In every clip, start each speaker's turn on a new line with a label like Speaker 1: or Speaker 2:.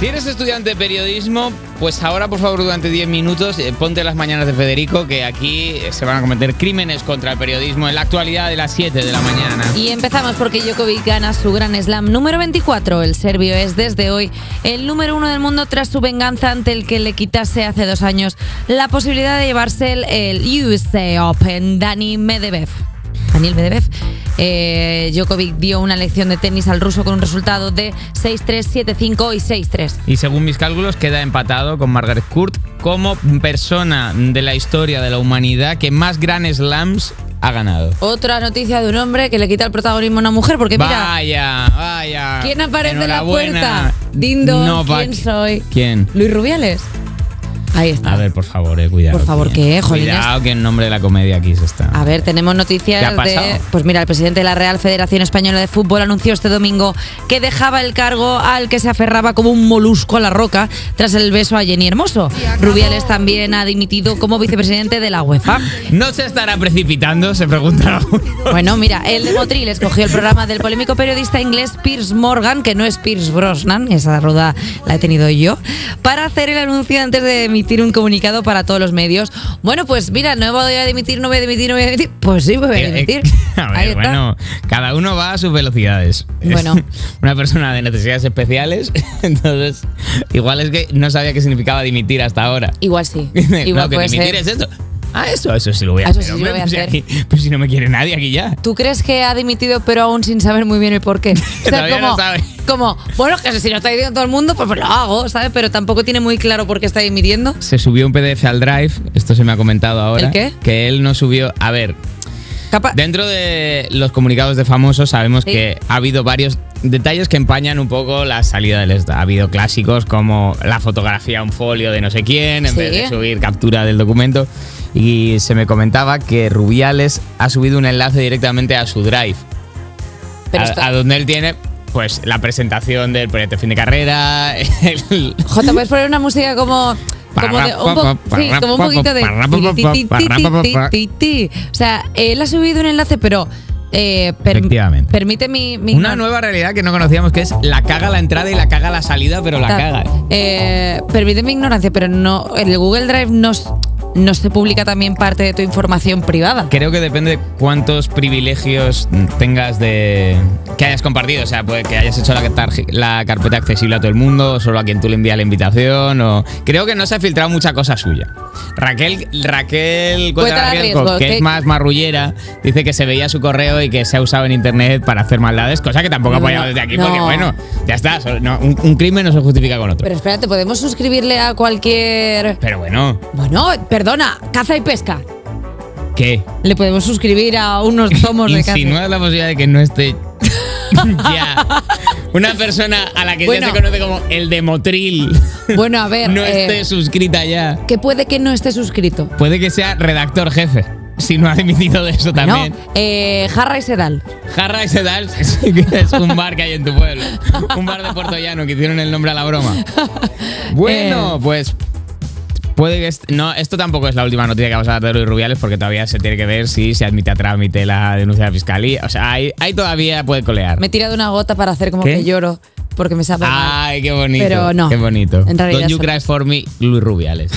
Speaker 1: Si eres estudiante de periodismo, pues ahora, por favor, durante 10 minutos, eh, ponte las mañanas de Federico, que aquí eh, se van a cometer crímenes contra el periodismo en la actualidad de las 7 de la mañana.
Speaker 2: Y empezamos porque Djokovic gana su Gran Slam número 24. El serbio es desde hoy el número uno del mundo tras su venganza ante el que le quitase hace dos años la posibilidad de llevarse el, el USA Open, Dani Medebev. Daniel Medvedev. Eh, Djokovic dio una lección de tenis al ruso con un resultado de 6-3, 7-5 y 6-3.
Speaker 1: Y según mis cálculos, queda empatado con Margaret Court como persona de la historia de la humanidad que más Grand Slams ha ganado.
Speaker 2: Otra noticia de un hombre que le quita el protagonismo a una mujer, porque mira,
Speaker 1: Vaya, vaya.
Speaker 2: ¿quién aparece en la
Speaker 1: Enhorabuena.
Speaker 2: puerta? Dindo,
Speaker 1: No, va-
Speaker 2: ¿quién soy?
Speaker 1: ¿Quién?
Speaker 2: Luis Rubiales. Ahí está.
Speaker 1: A ver, por favor, eh, cuidado.
Speaker 2: Por favor,
Speaker 1: que
Speaker 2: ¿qué, jolines?
Speaker 1: Cuidado, que en nombre de la comedia aquí se está.
Speaker 2: A ver, tenemos
Speaker 1: ¿Qué
Speaker 2: noticias
Speaker 1: ha pasado?
Speaker 2: de. Pues mira, el presidente de la Real Federación Española de Fútbol anunció este domingo que dejaba el cargo al que se aferraba como un molusco a la roca tras el beso a Jenny Hermoso. Rubiales también ha dimitido como vicepresidente de la UEFA.
Speaker 1: ¿No se estará precipitando? Se pregunta uno.
Speaker 2: Bueno, mira, el de Motril escogió el programa del polémico periodista inglés Piers Morgan, que no es Piers Brosnan, esa rueda la he tenido yo, para hacer el anuncio antes de emitir un comunicado para todos los medios. Bueno, pues mira, no voy a dimitir, no voy a dimitir, no voy a dimitir. Pues sí, voy a
Speaker 1: Eh, eh,
Speaker 2: dimitir.
Speaker 1: a ver,
Speaker 2: Ahí está.
Speaker 1: bueno, cada uno va a sus velocidades.
Speaker 2: Bueno.
Speaker 1: Una persona de necesidades especiales, entonces, igual es que no sabía qué significaba dimitir hasta ahora.
Speaker 2: Igual sí.
Speaker 1: no,
Speaker 2: Igual
Speaker 1: que
Speaker 2: puede
Speaker 1: dimitir
Speaker 2: ser.
Speaker 1: es esto. Ah, eso, eso sí lo voy a
Speaker 2: Ah, eso
Speaker 1: hacer.
Speaker 2: sí lo
Speaker 1: hombre,
Speaker 2: voy a
Speaker 1: pues si
Speaker 2: hacer.
Speaker 1: aquí- pues si no me quiere nadie aquí ya.
Speaker 2: ¿Tú crees que ha dimitido pero aún sin saber muy bien el porqué? O
Speaker 1: Todavía no
Speaker 2: como,
Speaker 1: sabe.
Speaker 2: como, bueno, que si lo está diciendo todo el mundo, pues, pues lo hago, ¿sabes? Pero tampoco tiene muy claro por qué está dimitiendo.
Speaker 1: Se subió un PDF al Drive, esto se me ha comentado ahora.
Speaker 2: ¿El qué?
Speaker 1: Que él no subió. A ver,
Speaker 2: Capaz.
Speaker 1: Dentro de los comunicados de famosos sabemos
Speaker 2: Sí.
Speaker 1: que ha habido varios detalles que empañan un poco la salida del esta. Ha habido clásicos como la fotografía a un folio de no sé quién en
Speaker 2: Sí.
Speaker 1: vez de subir captura del documento. Y se me comentaba que Rubiales ha subido un enlace directamente a su drive,
Speaker 2: pero
Speaker 1: a,
Speaker 2: esto-
Speaker 1: a donde él tiene pues la presentación del proyecto de fin de carrera, el-
Speaker 2: Jota, ¿puedes poner una música como... Como, de, un po- sí, como un poquito de... ti, ti, ti, ti, ti, ti. O sea, él ha subido un enlace, pero... eh, per-
Speaker 1: Efectivamente.
Speaker 2: Permite mi... mi
Speaker 1: una nueva realidad que no conocíamos que es la caga la entrada y la caga la salida, pero la caga.
Speaker 2: Eh, permite mi ignorancia, pero no el Google Drive no, s- no se publica también parte de tu información privada.
Speaker 1: Creo que depende de cuántos privilegios tengas de que hayas compartido, o sea, pues que hayas hecho la, tarje- la carpeta accesible a todo el mundo, o solo a quien tú le envías la invitación, o creo que no se ha filtrado mucha cosa suya. Raquel, Raquel
Speaker 2: Cuéntala,
Speaker 1: Cuéntala Riesgo,
Speaker 2: Riesgo,
Speaker 1: que
Speaker 2: que-
Speaker 1: es más marrullera, dice que se veía su correo y que se ha usado en internet para hacer maldades, cosa que tampoco
Speaker 2: No,
Speaker 1: apoyamos desde aquí, porque
Speaker 2: no.
Speaker 1: bueno, ya está, so- no, un, un crimen no se justifica con otro.
Speaker 2: Pero
Speaker 1: Pero,
Speaker 2: espérate, ¿podemos suscribirle a cualquier...
Speaker 1: bueno,
Speaker 2: Bueno, perdona, caza y pesca.
Speaker 1: ¿qué?
Speaker 2: Le podemos suscribir a unos tomos de caza.
Speaker 1: Insinúas la posibilidad de que no esté ya una persona a la que
Speaker 2: Bueno.
Speaker 1: ya se conoce como el de Motril
Speaker 2: Bueno, a ver,
Speaker 1: no
Speaker 2: eh,
Speaker 1: esté suscrita ya.
Speaker 2: que puede que no esté suscrito.
Speaker 1: Puede que sea redactor jefe, si no ha dimitido de eso también.
Speaker 2: No, eh, Jarra y Sedal.
Speaker 1: Jarra y Sedal sí que es un bar que hay en tu pueblo. Un bar de Puerto Llano que hicieron el nombre a la broma. Bueno,
Speaker 2: Eh.
Speaker 1: pues puede que... est- no, esto tampoco es la última noticia que vamos a dar de Luis Rubiales porque todavía se tiene que ver si se admite a trámite la denuncia de la fiscalía. O sea, ahí, ahí todavía puede colear.
Speaker 2: Me he tirado una gota para hacer como
Speaker 1: ¿Qué? Ah,
Speaker 2: que lloro porque me sabe mal.
Speaker 1: Ay, qué bonito.
Speaker 2: Pero no.
Speaker 1: Qué bonito.
Speaker 2: En realidad
Speaker 1: Don't you
Speaker 2: son-
Speaker 1: cry for me, Luis Rubiales.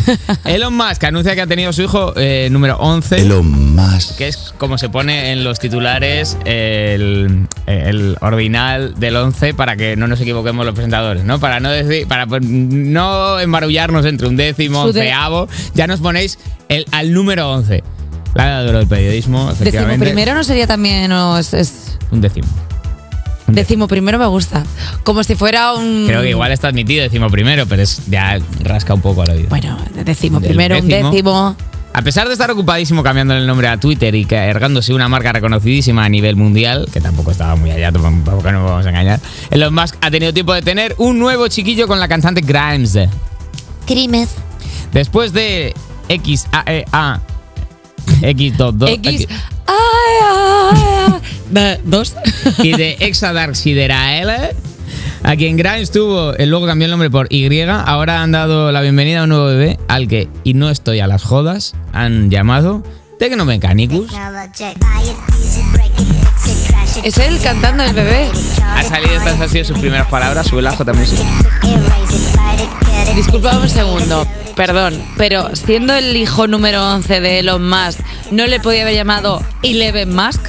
Speaker 1: Elon Musk anuncia que ha tenido su hijo eh, número 11.
Speaker 3: Elon Musk.
Speaker 1: Que es como se pone en los titulares el, el ordinal del 11 para que no nos equivoquemos los presentadores, ¿no? Para no decir, para pues, no embarullarnos entre un décimo,
Speaker 2: Su de-
Speaker 1: onceavo, ya nos ponéis el, al número 11. La edad de oro del periodismo,
Speaker 2: Decimo
Speaker 1: efectivamente.
Speaker 2: primero no sería también. no, es, es-
Speaker 1: Un décimo.
Speaker 2: decimo primero me gusta. Como si fuera un.
Speaker 1: Creo que igual está admitido décimo primero, pero es, ya rasca un poco al oído.
Speaker 2: Bueno, decimo
Speaker 1: Del
Speaker 2: primero,
Speaker 1: décimo.
Speaker 2: un décimo.
Speaker 1: A pesar de estar ocupadísimo cambiándole el nombre a Twitter y cargándose una marca reconocidísima a nivel mundial, que tampoco estaba muy allá, tampoco nos vamos a engañar, Elon Musk ha tenido tiempo de tener un nuevo chiquillo con la cantante Grimes.
Speaker 2: Crimes.
Speaker 1: Después de E XAEA, X22,
Speaker 2: X. Ay, ay, ay. Dos.
Speaker 1: y de Exadark Sideraele, a quien Grimes tuvo, eh, luego cambió el nombre por Y, ahora han dado la bienvenida a un nuevo bebé al que, y no estoy a las jodas, han llamado Tecnomecanicus.
Speaker 4: Now I check, buy it, use it, break it, fix it, crash
Speaker 2: Es él cantando el bebé.
Speaker 1: Ha salido, estas han sido sus primeras palabras, sube el ajo también. sí.
Speaker 2: Disculpa un segundo, perdón, pero siendo el hijo número 11 de Elon Musk, ¿no le podía haber llamado Eleven Musk?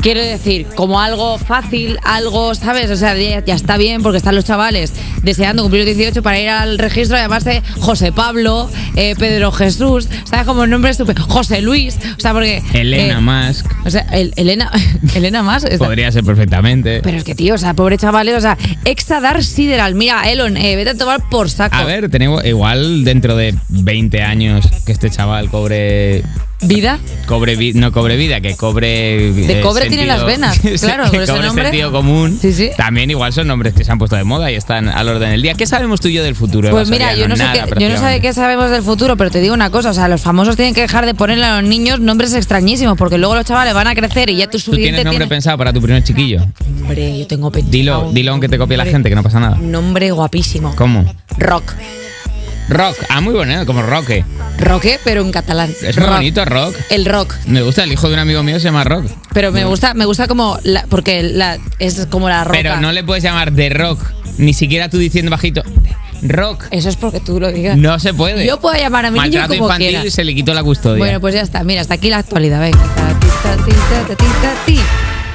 Speaker 2: Quiero decir, como algo fácil, algo, ¿sabes? O sea, ya, ya está bien porque están los chavales deseando cumplir los 18 para ir al registro, llamarse José Pablo, eh, Pedro Jesús, ¿sabes? Como nombre súper... José Luis, o sea, porque...
Speaker 1: Elena
Speaker 2: eh,
Speaker 1: Musk
Speaker 2: O sea, el- Elena, Elena Musk. está-
Speaker 1: podría ser perfectamente.
Speaker 2: pero es que, tío, o sea, pobre chavales, o sea, Exadar Sideral. Mira, Elon, eh, vete a tomar por saco.
Speaker 1: A ver, tenemos igual dentro de 20 años que este chaval cobre
Speaker 2: ¿Vida?
Speaker 1: cobre vi- no cobre vida, que cobre eh,
Speaker 2: De cobre tiene las venas, claro,
Speaker 1: que
Speaker 2: con ese
Speaker 1: cobre
Speaker 2: nombre.
Speaker 1: sentido común.
Speaker 2: Sí, sí.
Speaker 1: También igual son nombres que se han puesto de moda y están al orden del día. ¿Qué sabemos tú y yo del futuro?
Speaker 2: Pues
Speaker 1: Eva
Speaker 2: mira, yo
Speaker 1: Soriano?
Speaker 2: no, sé
Speaker 1: Nada,
Speaker 2: qué, yo no sé de
Speaker 1: prácticamente.
Speaker 2: qué sabemos del futuro, pero te digo una cosa, o sea, los famosos tienen que dejar de ponerle a los niños nombres extrañísimos, porque luego los chavales van a crecer y ya
Speaker 1: Tú
Speaker 2: tu
Speaker 1: tienes
Speaker 2: suficiente
Speaker 1: nombre
Speaker 2: tiene-
Speaker 1: pensado para tu primer chiquillo.
Speaker 2: Hombre, yo tengo pensado
Speaker 1: Dilo,
Speaker 2: un
Speaker 1: dilo aunque te copie la
Speaker 2: nombre-
Speaker 1: gente, que no pasa nada.
Speaker 2: Nombre guapísimo.
Speaker 1: ¿Cómo?
Speaker 2: Rock.
Speaker 1: Rock. Ah, muy bueno, como Roque.
Speaker 2: Roque, eh, pero en catalán.
Speaker 1: Es muy bonito, Rock.
Speaker 2: El rock.
Speaker 1: Me gusta, el hijo de un amigo mío se llama Rock.
Speaker 2: Pero me gusta, me gusta como la, porque la, es como la roca.
Speaker 1: Pero no le puedes llamar de Rock, ni siquiera tú diciendo bajito. Rock.
Speaker 2: Eso es porque tú lo digas.
Speaker 1: No se puede.
Speaker 2: Yo puedo llamar a mi niño
Speaker 1: Maltrato
Speaker 2: como
Speaker 1: infantil
Speaker 2: quiera.
Speaker 1: se le quitó la custodia.
Speaker 2: Bueno, pues ya está. Mira, hasta aquí la actualidad. Venga. Ta, ti, ta, ti, ta, ta, ti, ta, ti.